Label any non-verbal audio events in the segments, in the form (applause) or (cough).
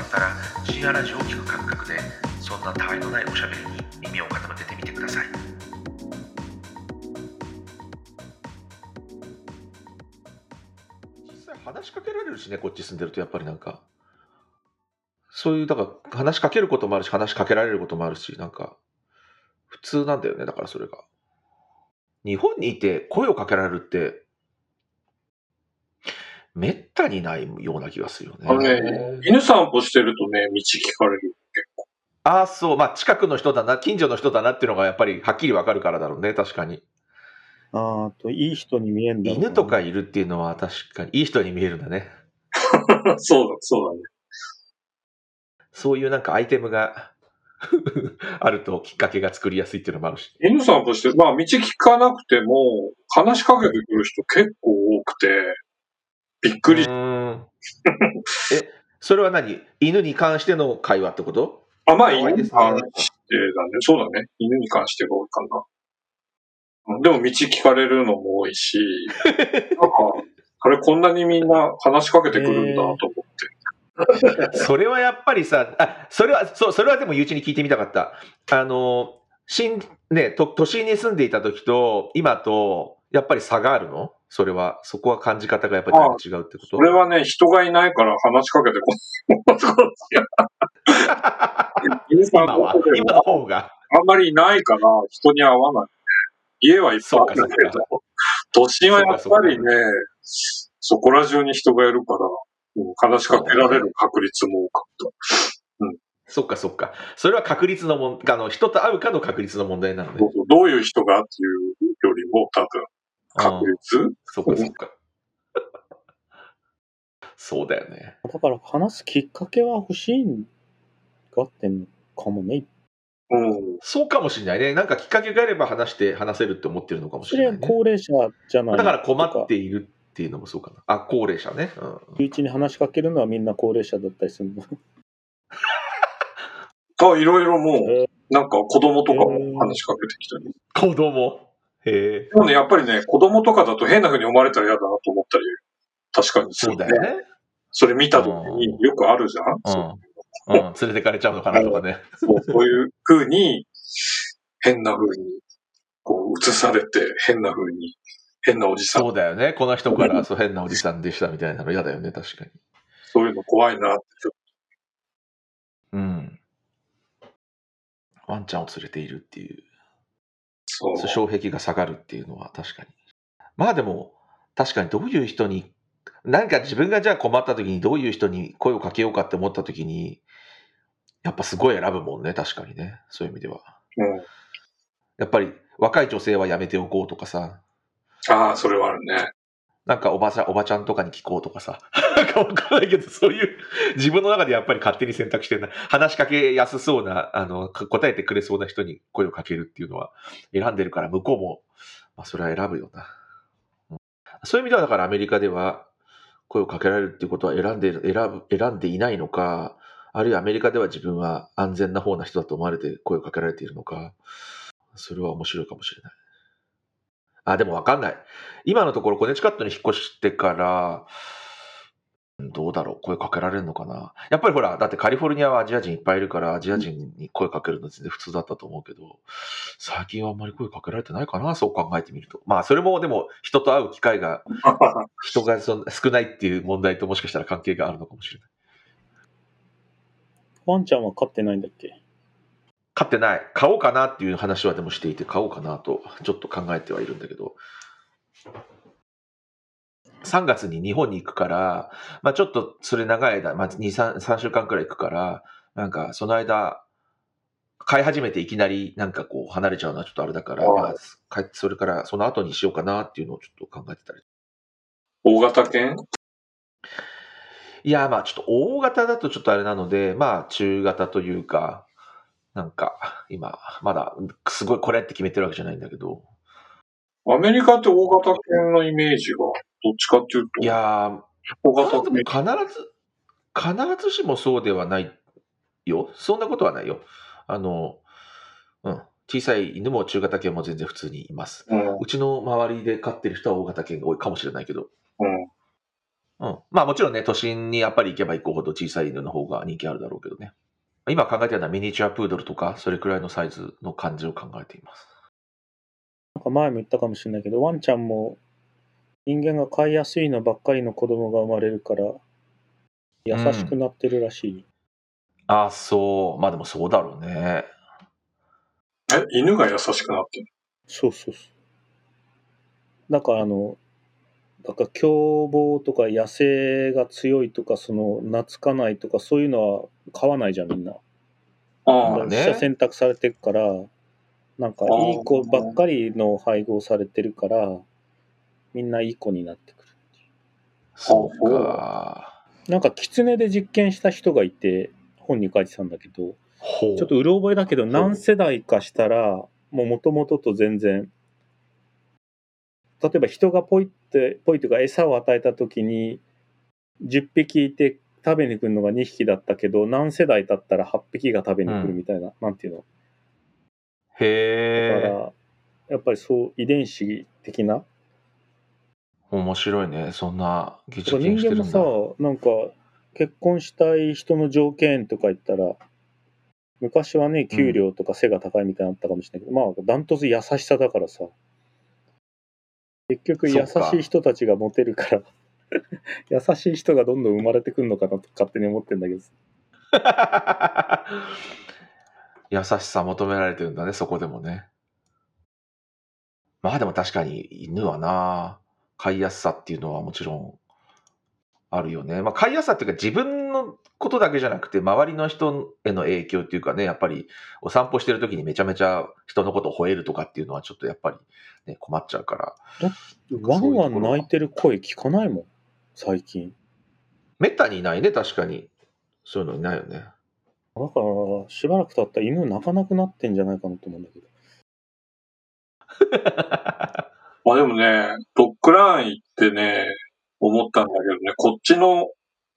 ったら C アラジを聞く感覚でそんなたわいのないおしゃべりに耳を傾けてみてください実際話しかけられるしねこっち住んでるとやっぱりなんかそういうだから話しかけることもあるし話しかけられることもあるしなんか普通なんだよねだからそれが日本にいて声をかけられるってめったにないような気がするよね。あのね、犬散歩してるとね、道聞かれるよ結構。ああ、そう。まあ、近くの人だな、近所の人だなっていうのがやっぱりはっきりわかるからだろうね、確かに。あーと、いい人に見えるんだろうな犬とかいるっていうのは確かに、いい人に見えるんだね。 (laughs) そうだ、そうだね。そういうなんかアイテムが (laughs) あるときっかけが作りやすいっていうのもあるし。犬散歩して、まあ道聞かなくても、話しかけてくる人結構多くて、びっくりしうーんえ、それは何犬に関しての会話ってことあ、まあ多犬いでにすね関してだね。そうだね。犬に関してが多いかな。うんでも道聞かれるのも多い (laughs) し、なんか、あれこんなにみんな話しかけてくるんだと思って。それはやっぱりさ、あ、それは、そう、それはでも友人に聞いてみたかった。あの、新、ね、と都心に住んでいた時と、今と、やっぱり差があるのそれは、そこは感じ方がやっぱりだいぶ違うってことそれはね、人がいないから話しかけてこ (laughs) ない。犬さん今は、今の方が。あんまりいないから人に会わないね。家はいっぱいあるんだけそうかそど、都心はやっそうぱかりね、そこら中に人がいるから、うん話しかけられる確率も多かった。そっかそっか。それは確率のもん、あの、人と会うかの確率の問題なのそねう。そうどういう人がっていうよりも、多分、確うん率そっかそっか。そうだよね。だから話すきっかけは欲しいんがってんのかもね。うん。そうかもしれないね。なんかきっかけがあれば話して、話せるって思ってるのかもしそれれはな、いね。高齢者じゃない。だから困っとか。ているっていうのもそうかな。あ、高齢者ね。うん、うちに話しかけるのはみんな高齢者だったりするの。あ、いろいろもえう、なんか子供とかも話しかけてきたり。子供。へえ。でもね、やっぱりね、子供とかだと変な風に思われたら嫌だなと思ったり、確かにすそうるだよね。それ見た時によくあるじゃん、そううん。うん、連れてかれちゃうのかなとかね。そうそういう風に、変な風に、こう映されて、変な風に、変なおじさん、そうだよね。この人から、そう変なおじさんでしたみたいなの嫌だよね、確かに。そういうの怖いなって。うん。ワンちゃんを連れているっていう、そう。そう障壁が下がるっていうのは確かに。まあでも、確かにどういう人に、何か自分がじゃあ困った時にどういう人に声をかけようかって思った時に、やっぱすごい選ぶもんね、確かにね。そういう意味では。うん、やっぱり若い女性はやめておこうとかさ、ああ、それはあるね。 (laughs) なんかおばさん、おばちゃんとかに聞こうとかさ、なんかわかんないけど、そういう、 (laughs) 自分の中でやっぱり勝手に選択してんな。話しかけやすそうな、あの、か答えてくれそうな人に声をかけるっていうのは選んでるから、向こうも、まあそれは選ぶよな。うんそういう意味では、だからアメリカでは声をかけられるっていうことは選んで、選ぶ、選んでいないのか、あるいはアメリカでは自分は安全な方な人だと思われて声をかけられているのか、それは面白いかもしれない。あ、でもわかんない。今のところコネチカットに引っ越してから、どうだろう、声かけられるのかな。やっぱりほら、だってカリフォルニアはアジア人いっぱいいるから、アジア人に声かけるの全然普通だったと思うけど、最近はあんまり声かけられてないかな、そう考えてみると。まあ、それもでも、人と会う機会が、人がそん少ないっていう問題ともしかしたら関係があるのかもしれない。ワンちゃんは飼ってないんだっけ買ってない。買おうかなっていう話はでもしていて、買おうかなと、ちょっと考えてはいるんだけど、3月に日本に行くから、まあ、ちょっとそれ長い間、まあ、2、3, 3週間くらい行くから、なんかその間、買い始めていきなりなんかこう離れちゃうのはちょっとあれだから、はいまあ帰ってそれからその後にしようかなっていうのをちょっと考えてたり。大型犬いや、まあちょっと大型だとちょっとあれなので、まあ中型というか、なんか今、まだすごいこれって決めてるわけじゃないんだけど、アメリカって大型犬のイメージが、どっちかっていうと、いやー、小そ型うでも犬。必ず、必ずしもそうではないよ。そんなことはないよ。あの、うん。小さい犬も中型犬も全然普通にいます。うん、うん。うちの周りで飼ってる人は大型犬が多いかもしれないけど、うん。まあもちろんね、都心にやっぱり行けば行くほど小さい犬の方が人気あるだろうけどね。今考えてるのはミニチュアプードルとか、それくらいのサイズの感じを考えています。なんか前も言ったかもしれないけど、ワンちゃんも人間が飼いやすいのばっかりの子供が生まれるから、優しくなってるらしい。ああ、そう。まあでもそうだろうね。え、犬が優しくなってる。そうそうそう。なんかあの、なんか凶暴とか野生が強いとか、その懐かないとか、そういうのは飼わないじゃん、みんな。あまあ、あね、ね取捨選択されてるから、なんかいい子ばっかりの配合されてるから、みんないい子になってくる。そうか。なんか狐で実験した人がいて、本に書いてたんだけど、ほう。ちょっとうろ覚えだけど、何世代かしたら、もう元々と全然、例えば人がポイって、ポイというか餌を与えた時に、10匹いて食べに来るのが2匹だったけど、何世代経ったら8匹が食べに来るみたいな、なんていうの。だかへえ。ら、やっぱりそう、遺伝子的な。面白いね。そんなだ実から験し人て間るもんさだ。、なんか、結婚したい人の条件とか言ったら、昔はね、給料とか背が高いみたいなのあったかもしれないけど、まあ、ダントツ優しさだからさ。結局、優そっかしい人たちがモテるから、 (laughs) 優しい人がどんどん生まれてくるのかなと勝手に思ってんだけどさ。 (laughs) 優しさ求められてるんだね、そこでもね。まあでも確かに犬はな、飼いやすさっていうのはもちろんあるよね。まあ飼いやすさっていうか自分のことだけじゃなくて周りの人への影響っていうかね、やっぱりお散歩してる時にめちゃめちゃ人のことを吠えるとかっていうのはちょっとやっぱり、ね、困っちゃうから。ワンワン泣いてる声聞かないもん、最近。めったにいないね、確かに。そういうのいないよね。だから、しばらく経ったら犬泣かなくなってんじゃないかなと思うんだけど。まあでもね、ドッグラン行ってね、思ったんだけどね、こっちの、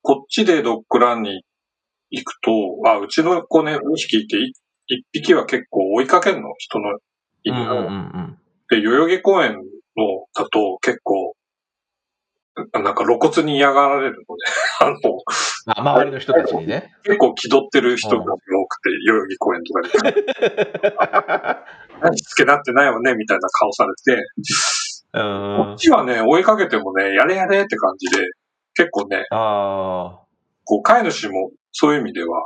こっちでドッグランに行くと、あ、うちの子ね、2匹いて、い1匹は結構追いかけんの、人のうんう犬んを。うんうん。で、代々木公園のだと結構、ななんか露骨に嫌がられるの (laughs) で、あの、あ周りの人たちにね。 (laughs) 結構気取ってる人が多くて、代々木公園とかで。 (laughs) 何しつけなってないわね、みたいな顔されて。うこんっ。ちはね、追いかけてもね、やれやれって感じで、結構ね、あこう、飼い主もそういう意味では、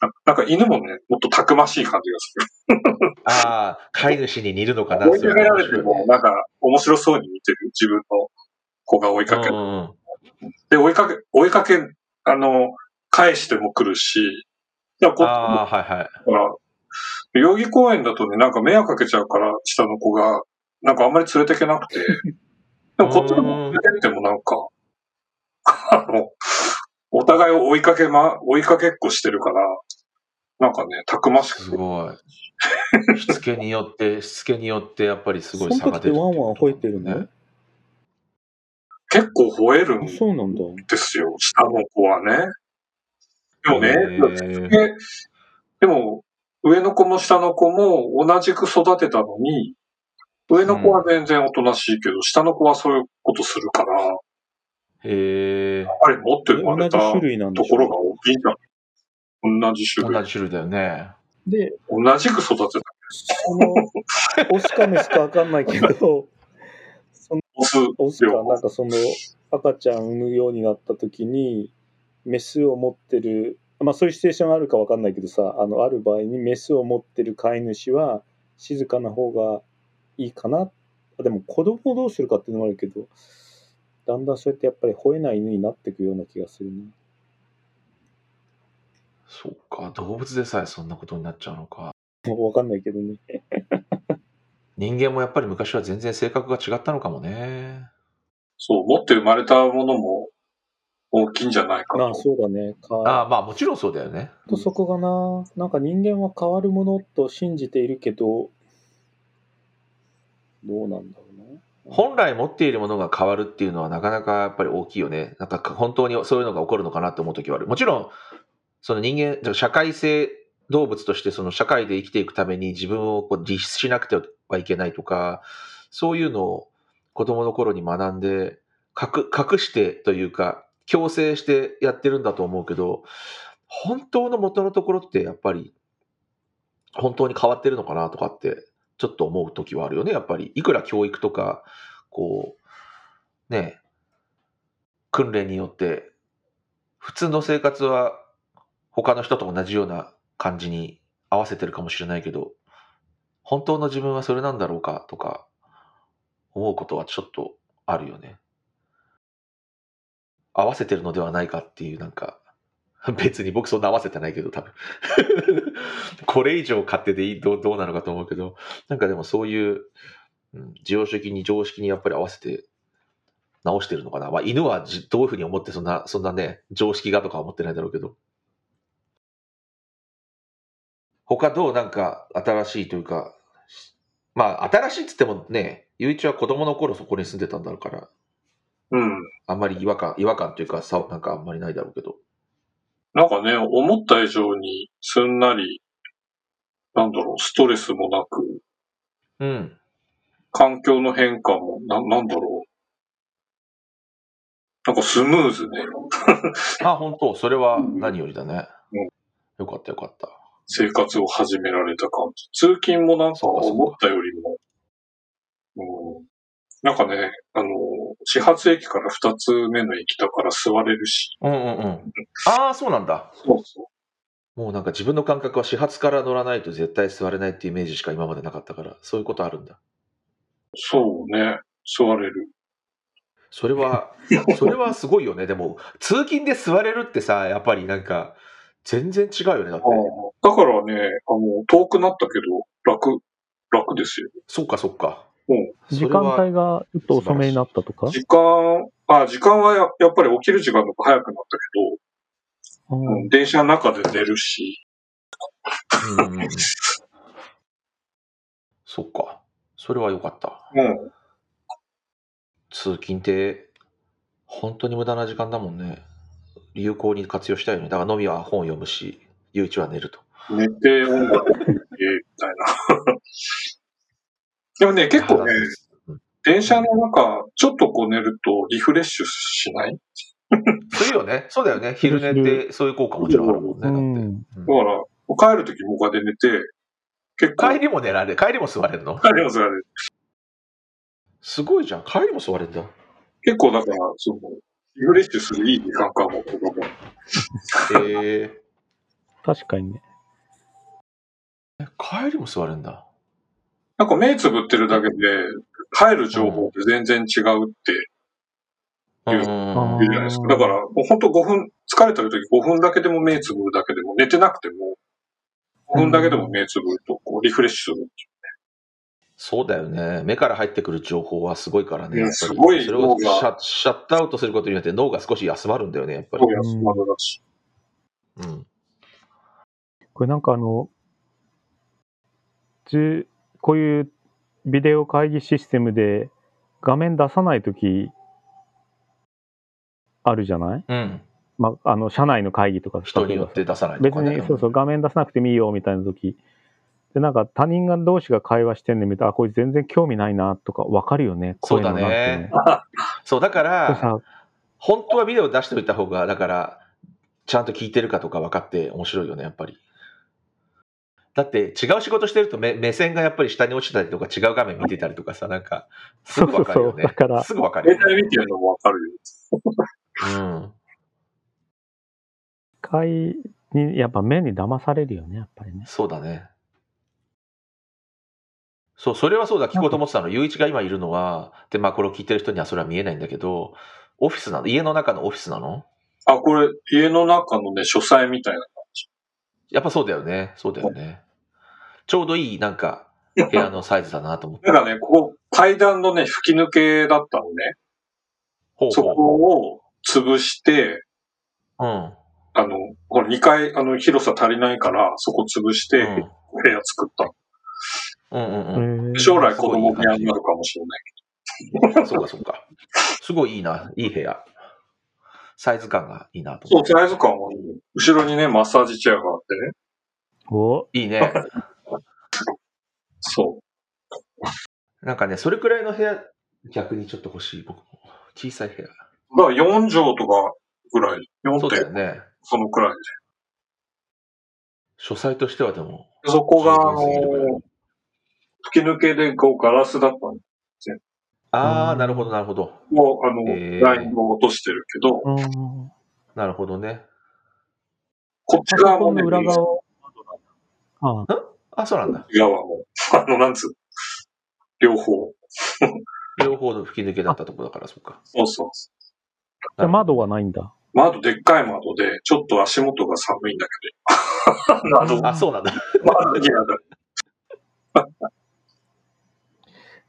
ななんか犬もね、もっとたくましい感じがする。ーあー、飼い主に似るのかな。追いかけられそういてうの面白いも、なんか、面白そうに見てる、自分の子が追いかねけうんうんで、追いかけ、追いかけ、あの、返しても来るし、だかうん、らこああー、はいはい。っちから、代々木公園だとね、なんか迷惑かけちゃうから、下の子が、なんかあんまり連れてけ (laughs) なくて、でもこっちの子連れてってもなんか、あの、お互いを追いかけま、追いかけっこしてるから、なんかね、たくましくすて、ごい。しつけによって、しつけによって、やっぱりすごい差そのが出時っるてっワンいうワンこと吠えてるの、ね結構吠えるんあそうなんだ。ですよ、下の子はね。でもね、へーで、でも、上の子も下の子も同じく育てたのに、上の子は全然おとなしいけど、下の子はそういうことするから、やっへえ。ぱり持ってえ生ま同れじた種類なんとでしょころが大きいんだ。同じ種類同。じ種類だよね。で、同じく育てた。そ (laughs) の、オスかメスかわかんないけど、オス、オスか、なんかその、赤ちゃん産むようになった時に、メスを持ってる、まあそういうシチュエーションあるかわかんないけどさ、あの、ある場合にメスを持ってる飼い主は、静かな方がいいかな。あでも子供をどうするかっていうのもあるけど、だんだんそうやってやっぱり吠えない犬になっていくような気がするね。そうか、動物でさえそんなことになっちゃうのか。もうわかんないけどね。人間もやっぱり昔は全然性格が違ったのかもね。そう、持って生まれたものも大きいんじゃないかまとあ。そうだね。かああ、まあもちろんそうだよね。とそこがな、なんか人間は変わるものと信じているけど、どうなんだろうね。本来持っているものが変わるっていうのはなかなかやっぱり大きいよね。なんか本当にそういうのが起こるのかなって思う時はある。もちろん、その人間、じゃあ社会性動物としてその社会で生きていくために自分をこう律しなくてはいけないとか、そういうのを子供の頃に学んで、隠隠してというか、強制してやってるんだと思うけど、本当の元のところってやっぱり、本当に変わってるのかなとかって、ちょっと思う時はあるよね、やっぱり。いくら教育とか、こう、ねえ、訓練によって、普通の生活は他の人と同じような感じに合わせてるかもしれないけど、本当の自分はそれなんだろうかとか、思うことはちょっとあるよね。合わせてるのではないかっていうなんか別に僕そんな合わせてないけど多分 (laughs) これ以上勝手でいいどうどうなのかと思うけどなんかでもそういう、うん、常識に常識にやっぱり合わせて直してるのかな、まあ、犬はじどういうふうに思ってそんなそんなね常識がとかは思ってないだろうけど他どうなんか新しいというかまあ新しいっつってもねゆういちは子供の頃そこに住んでたんだろうからうん。あんまり違和感、違和感というか、さなんかあんまりないだろうけど。なんかね、思った以上にすんなり、なんだろう、ストレスもなく、うん。環境の変化も、ななんだろう。なんかスムーズね、あ、本当それは何よりだねうん。よかったよかった。生活を始められた感じ。通勤もなんかそうかそうか思ったよりも、うん、なんかね、あの、始発駅から二つ目の駅だから座れるし、うんうんうん。ああ、そうなんだ。そうそもうなんか自分の感覚は始発から乗らないと絶対座れないっていうイメージしか今までなかったから、そういうことあるんだ。う。そうね、座れる。それは、それはすごいよね。でも、通勤で座れるってさ、やっぱりなんか、全然違うよね。だって。だからね、あの、遠くなったけど、楽、楽ですよ。そっかそっか。うんそれ時間は帯がちょっと遅めになったとか時間、あ、時間はややっぱり起きる時間の方が早くなったけど、ううんん、電車の中で寝るし、うんうんうん。そっか。それは良かった。うん、通勤って本当に無駄な時間だもんね有効に活用したいよねだからのみは本を読むしゆういちは寝ると寝て音楽聴いて、みたいな。 (laughs) でもね、結構ね、うん電車の中、ちょっとこう寝るとリフレッシュしないそういうよねそうだよね昼寝ってそういう効果もちろんあるもんねだって、だから、帰るときもかで寝て、結構、帰りも寝られ帰りも座れるの帰りますからねすごいじゃん帰りも座れるんだ結構だから、その、リフレッシュするいい時間かも、僕はもうえ確かにね。ー、帰りも座れるんだなんか目つぶってるだけで、入る情報って全然違うってうんあ言うじゃないですうか。だんから、もうほんと5分、疲れてる時5分だけでも目つぶるだけでも、寝てなくても、5分だけでも目つぶると、こう、リフレッシュする。そうだよね目から入ってくる情報はすごいからねいややっぱりすごいそれをシ脳ャシャットアウトすることによって脳が少し休まるんだよねやっぱりそうや、スマホだし。うんこれなんかあの、じこういうビデオ会議システムで画面出さないときあるじゃない、うんまあ、あの社内の会議とか人によって出さないと別かねにそうそう画面出さなくてもいいよみたいな時でなんか他人が同士が会話してんの見てあこれ全然興味ないなとか分かるよねそうだねこいのなんてそうだからねそう本当はビデオ出しておいた方が、だから、ちゃんと聞いてるかとか分かって面白いよね、やっぱり。だって、違う仕事してると目目線がやっぱり下に落ちてたりとか、違う画面見てたりとかさ、なんか、すぐ分かるよね。そうそうそうだからすぐ分かる携よね。帯見てるのもわかるよ。うん。さ会にやっぱ目に騙されるよねやっぱりねそうだね。そう、それはそうだ、聞こうと思ってたの。ゆういちが今いるのは、で、まあ、これを聞いてる人にはそれは見えないんだけど、オフィスなの家の中のオフィスなのあ、これ、家の中のね、書斎みたいな。やっぱそうだよね。そうだよね。ちょうどいい、なんか、部屋のサイズだなと思って。なんかね、ここ、階段のね、吹き抜けだったのね。ほうそほうこを潰して、うん。あの、ほら、2階、あの、広さ足りないから、そこ潰して、部屋作ったの。うんうんうんへえ将来子供部屋になるかもしれない。うん。そうかそうか。すごいいいな、いい部屋。サイズ感がいいなとそ思っう、て。サイズ感はいい。後ろにね、マッサージチェアがあってね。おいいね。そなんかね、それくらいの部屋、逆にちょっと欲しい、僕も。小さい部屋。う。だから4畳とかぐらい。4そうだよ点、ね。そのくらい書斎としてはでも、で。そこが、あの十分すぎるぐらい、吹き抜けでこうガラスだったの。あうあ、んなるほど、なるほど。もう、あの、えーラインを落としてるけど、うんうんなるほどね。こっち側パソもコンね、の裏側をあああ、そうなんだこ。っち側も、 (laughs) あの、なんつうの両方。両方の吹き抜けだったとこだから、そっか。そうそう。じゃあ窓はないんだ。窓、でっかい窓で、ちょっと足元が寒いんだけど。窓、あ、そう (laughs) なんだ。窓際だ。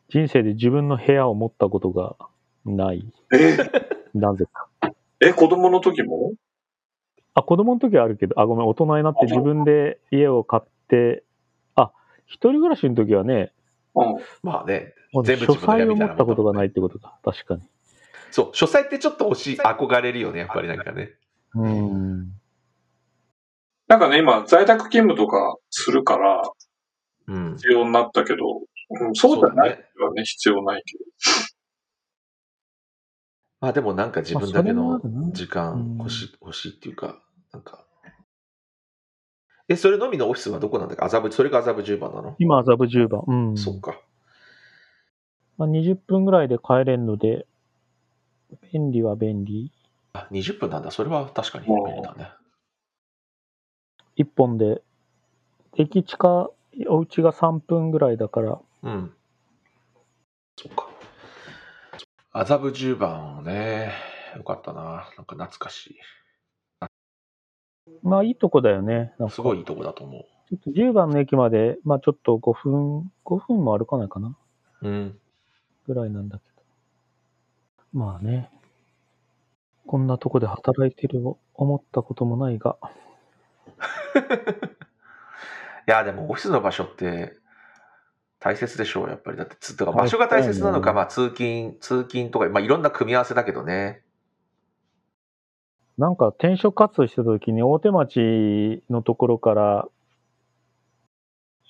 人生で自分の部屋を持ったことがない。えなぜか。え、子供の時もあ、子供の時はあるけど、あ、ごめん、大人になって自分で家を買って、あ、一人暮らしの時はね、うん。まあね、もう全部自書分の部斎屋みたいなを持っもんだもんねたことがないってことだ。確かに。そう、書斎ってちょっと欲しい、憧れるよね、やっぱりなんかね。うん。なんかね、今、在宅勤務とかするから、うん。必要になったけど、うん、そうじゃないだね。はね、必要ないけど。まあでもなんか自分だけまあのそれもあるな時うん間欲し,、欲しいっていうか、なんか。え、それのみのオフィスはどこなんだっけ麻布、それが麻布十番なの、今、麻布10番。うん。そっか。まあ、20分ぐらいで帰れるので、便利は便利。あ、20分なんだ。それは確かにおー便利だね。 1本で、駅近、お家が3分ぐらいだから、うん。そっか。麻布十番をね、よかったな。なんか懐かしい。まあいいとこだよね。なんかすごいいいとこだと思ちょっと10番の駅まで、まあちょっと5分、5分も歩かないかなう。うん。ぐらいなんだけど。まあね。こんなとこで働いてると思ったこともないが。いや、でもオフィスの場所って大切でしょう、やっぱり。だって、つとか場所が大切なのか、大切だよねまあ、通勤、通勤とか、まあ、いろんな組み合わせだけどね。なんか転職活動してた時に大手町のところから、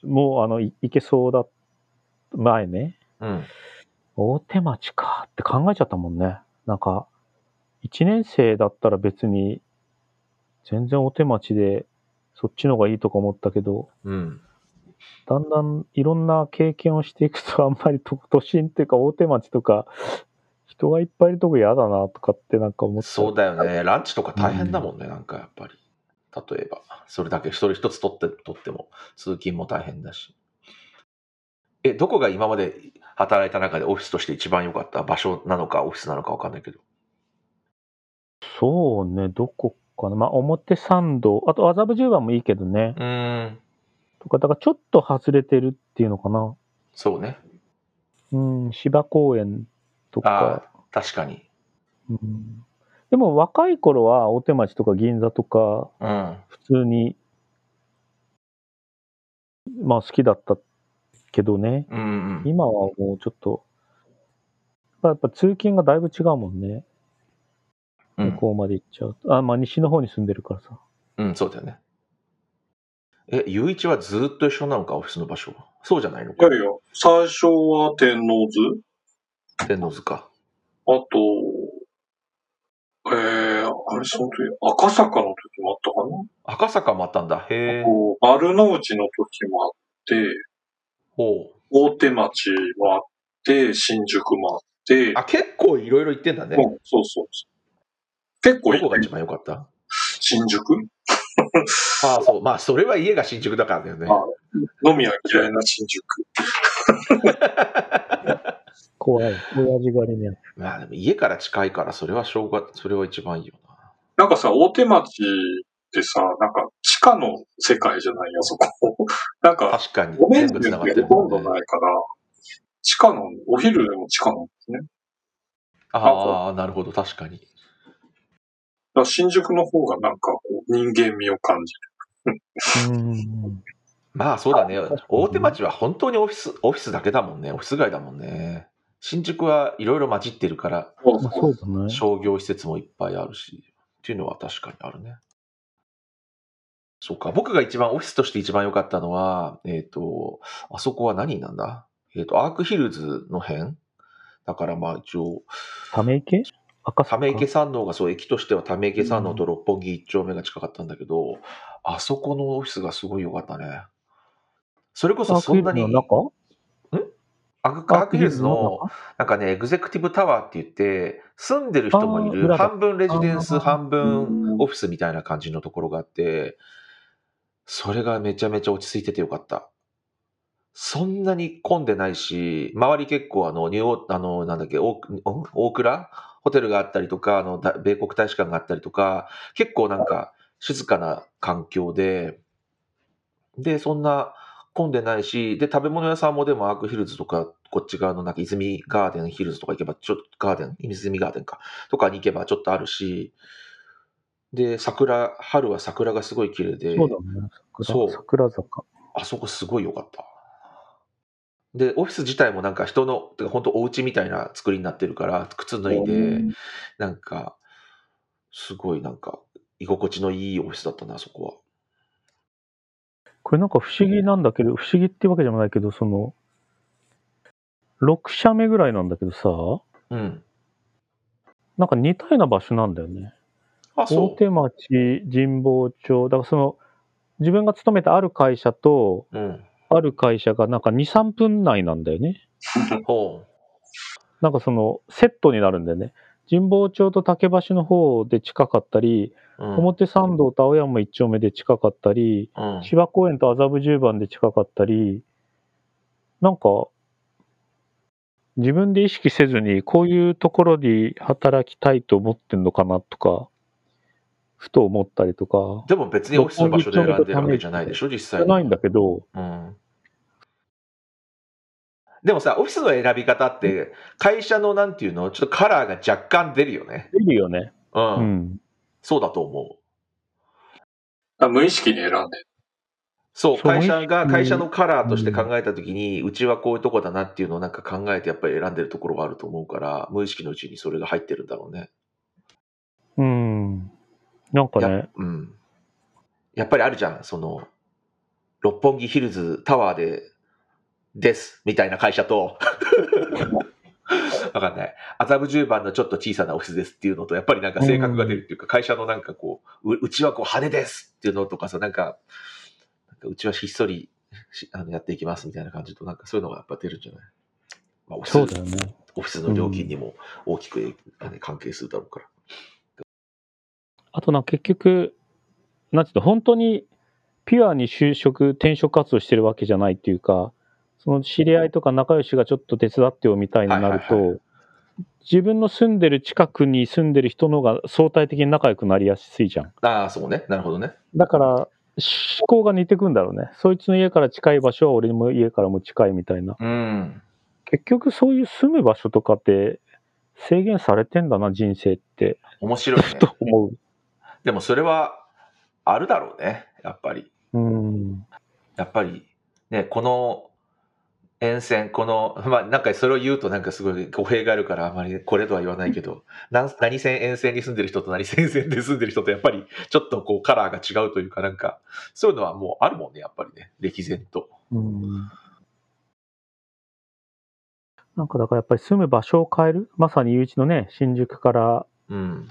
もうあの、い行けそうだ、前ね。うん。大手町かって考えちゃったもんね。なんか、1年生だったら別に、全然大手町で、そっちの方がいいとか思ったけど、うん。だんだんいろんな経験をしていくと、あんまり都都心っていうか大手町とか、人がいっぱいいるとこ嫌だなとかってなんか思って。そうだよね。ランチとか大変だもんね、なんかやっぱり。例えば、それだけ一人一つ取って、取っても、通勤も大変だし。え、どこが今まで働いた中でオフィスとして一番良かった場所なのか、オフィスなのかわかんないけど。そうね、どこかな。まあ、表参道、あと麻布十番もいいけどね。うん。とか、だからちょっと外れてるっていうのかな。そうね。うん、芝公園とあか。あ、確かに。うん、でも若い頃は大手町とか銀座とか、うん。普通に、まあ好きだったけどね。うん、うん。今はもうちょっと、やっぱ通勤がだいぶ違うもんね。うん向こうまで行っちゃうと。あ、まあ西の方に住んでるからさ。うん、そうだよね。え、ゆういちはずっと一緒なのか、オフィスの場所は。そうじゃないのいかや。いや、最初は天王洲天王洲か。あと、えー、あれ、その時、赤坂の時もあったかな、赤坂もあったんだ。へえ。こう丸の内の時もあって、ほう。大手町もあって、新宿もあって、あ、結構いろいろ行ってんだね。うん、そうそうそう。結構どいいこが一番良かった新宿ああ、そう。まあ、それは家が新宿だからだよね。あ飲みは嫌いな新宿。怖い。親父狩りにあって。まあ、でも家から近いから、それはしょうが、それは一番いいよな。なんかさ、大手町ってさ、なんか地下の世界じゃないよ、そこ。 (laughs) なんか、確かにご。めん全っ部て言繋うがけってどるほもとんんねど。ないから、地下の、お昼でも地下なんですね。だああ、なるほど。確かに。から新宿の方がなんかこう人間味を感じうん。まあ、そうだね確かに。大手町は本当にオフィス、オフィスだけだもんね。オフィス街だもんね。新宿はいろいろ混じってるから、る。まあそうだね。商業施設もいっぱいあるし、っていうのは確かにあるね。そうか、僕が一番、オフィスとして一番良かったのは、えっ、と、あそこは何になんだえっ、と、アークヒルズの辺だからまあ一応、ため池赤た坂め池山王がそう、駅としてはため池山王と六本木一丁目が近かったんだけど、あそこのオフィスがすごい良かったね。それこそアークそんヒルなズにの、中アークアークヒルズの、なんかね、エグゼクティブタワーって言って、住んでる人もいあーる、裏だ半分レジデンあース、半分オフィスみたいな感じのところがあって、それがめちゃめちゃ落ち着いててよかった。そんなに混んでないし、周り結構あの、ニューオあの、なんだっけ、大ん大倉ホテルがあったりとか、あの、だ米国大使館があったりとか、結構なんか静かな環境で、で、そんな混んでないし、で、食べ物屋さんもでもアークヒルズとか、こっち側のなんか泉ガーデンヒルズとか行けば、ちょっとガーデン、泉ガーデンか、とかに行けばちょっとあるし、で、桜、春は桜がすごい綺麗で、そうだね。桜そう桜坂。あそこすごい良かった。で、オフィス自体もなんか人の、てか本当お家みたいな作りになってるから、靴脱いで、なんか、すごいなんか、居心地のいいオフィスだったな、あそこは。これなんか不思議なんだけど、不思議ってわけじゃないけど、その、6社目ぐらいなんだけどさ、うん。なんか似たような場所なんだよね。あ、大そ手町、神保町、だからその、自分が勤めたある会社と、う。うん。ある会社がなんか2、3分内なんだよね。ほう。なんかその、セットになるんだよね。神保町と竹橋の方で近かったり、うん。表参道と青山一丁目で近かったり、うん、芝公園と麻布十番で近かったり、なんか、自分で意識せずに、こういうところで働きたいと思ってんのかなとか、ふと思ったりとか、でも別にオフィスの場所で選んでるわけじゃないでしょ、実じ際ゃに。ないんだけど、うん。でもさ、オフィスの選び方って、会社のなんていうの、ちょっとカラーが若干出るよね。いるよね。うん。うん。そうだと思う。あ無意識に選んで。そう、そう会社が、うん会社のカラーとして考えたときに、うちはこういうとこだなっていうのをなんか考えてやっぱり選んでるところがあると思うから、無意識のうちにそれが入ってるんだろうね。うん。なんかやね、うん。やっぱりあるじゃん、その、六本木ヒルズタワーで、です、みたいな会社と、 (laughs) わかんない。麻布十番のちょっと小さなオフィスですっていうのと、やっぱりなんか性格が出るっていうか、会社のなんかこう、ううちはこう派手ですっていうのとかさ、なんか、なんかうちはひっそりしあのやっていきますみたいな感じと、なんかそういうのがやっぱ出るんじゃない、まあ、オフィスそうだよね。オフィスの料金にも大きく、あの関係するだろうから。あとな、結局、なんていうの、本当にピュアに就職、転職活動してるわけじゃないっていうか、その知り合いとか仲良しがちょっと手伝ってよみたいになると、はいは自分の住んでる近くに住んでる人の方が相対的に仲良くなりやすいじゃん。ああ、そうね。なるほどね。だから、思考が似てくんだろうね。そいつの家から近い場所は俺の家からも近いみたいな。うん。結局そういう住む場所とかって制限されてんだな、人 (laughs) 生って。面白いねふ。と思う。でもそれは、あるだろうね。やっぱり。うん。やっぱり、ね、この沿線、この、まあ、なんかそれを言うとなんかすごい語弊があるから、あまりこれとは言わないけど、なん何線沿線に住んでる人と何線沿線で住んでる人と、やっぱりちょっとこうカラーが違うというか、なんか、そういうのはもうあるもんね、やっぱりね。歴然と。うんなんかだからやっぱり住む場所を変える、まさにゆういちのね、新宿からうん。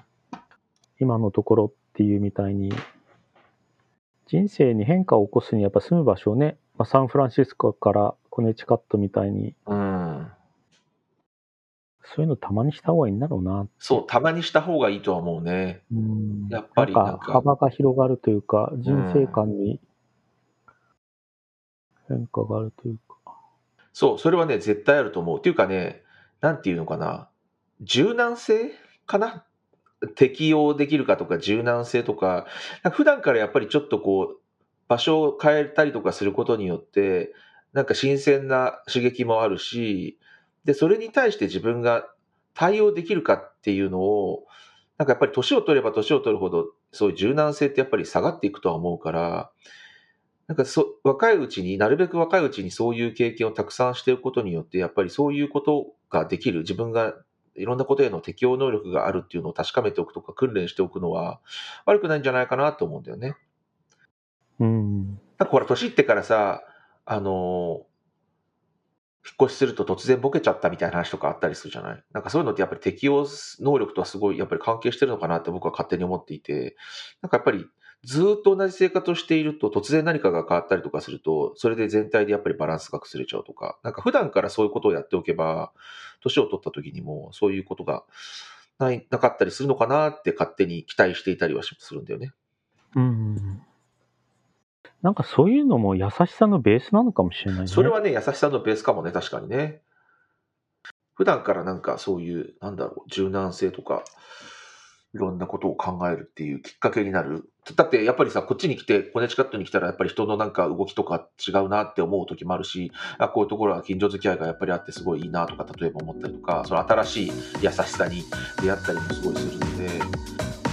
今のところっていうみたいに、人生に変化を起こすにはやっぱ住む場所をね、まあ、サンフランシスコからコネチカットみたいに、うん。そういうのたまにした方がいいんだろうな。そう、たまにした方がいいとは思うね。うんやっぱりなんなんかか幅が広がるというか、人生観に変化があるというか。そう、それはね、絶対あると思う。っていうかね、なんていうのかな、柔軟性かな適用できるかとか、柔軟性とか、なんか普段からやっぱりちょっとこう、場所を変えたりとかすることによって、なんか新鮮な刺激もあるし、で、それに対して自分が対応できるかっていうのを、なんかやっぱり年を取れば年を取るほど、そういう柔軟性ってやっぱり下がっていくとは思うから、なんかそ若いうちになるべく若いうちにそういう経験をたくさんしていくことによってやっぱりそういうことができる自分がいろんなことへの適応能力があるっていうのを確かめておくとか訓練しておくのは悪くないんじゃないかなと思うんだよね。うん。なんかほら年いってからさあの引っ越しすると突然ボケちゃったみたいな話とかあったりするじゃないなんかそういうのってやっぱり適応能力とはすごいやっぱり関係してるのかなって僕は勝手に思っていて、なんかやっぱりずーっと同じ生活をしていると突然何かが変わったりとかすると、それで全体でやっぱりバランスが崩れちゃうとか、なんか普段からそういうことをやっておけば、年を取った時にもそういうことがないなかったりするのかなって勝手に期待していたりはしするんだよね。うん。なんかそういうのも優しさのベースなのかもしれないね。それはね、優しさのベースかもね、確かにね。普段からなんかそういう、なんだろう、柔軟性とか、いろんなことを考えるっていうきっかけになる。だってやっぱりさ、こっちに来て、コネチカットに来たら、やっぱり人のなんか動きとか違うなって思う時もあるし、あこういうところは近所付き合いがやっぱりあってすごいいいなとか、例えば思ったりとか、その新しい優しさに出会ったりもすごいするので、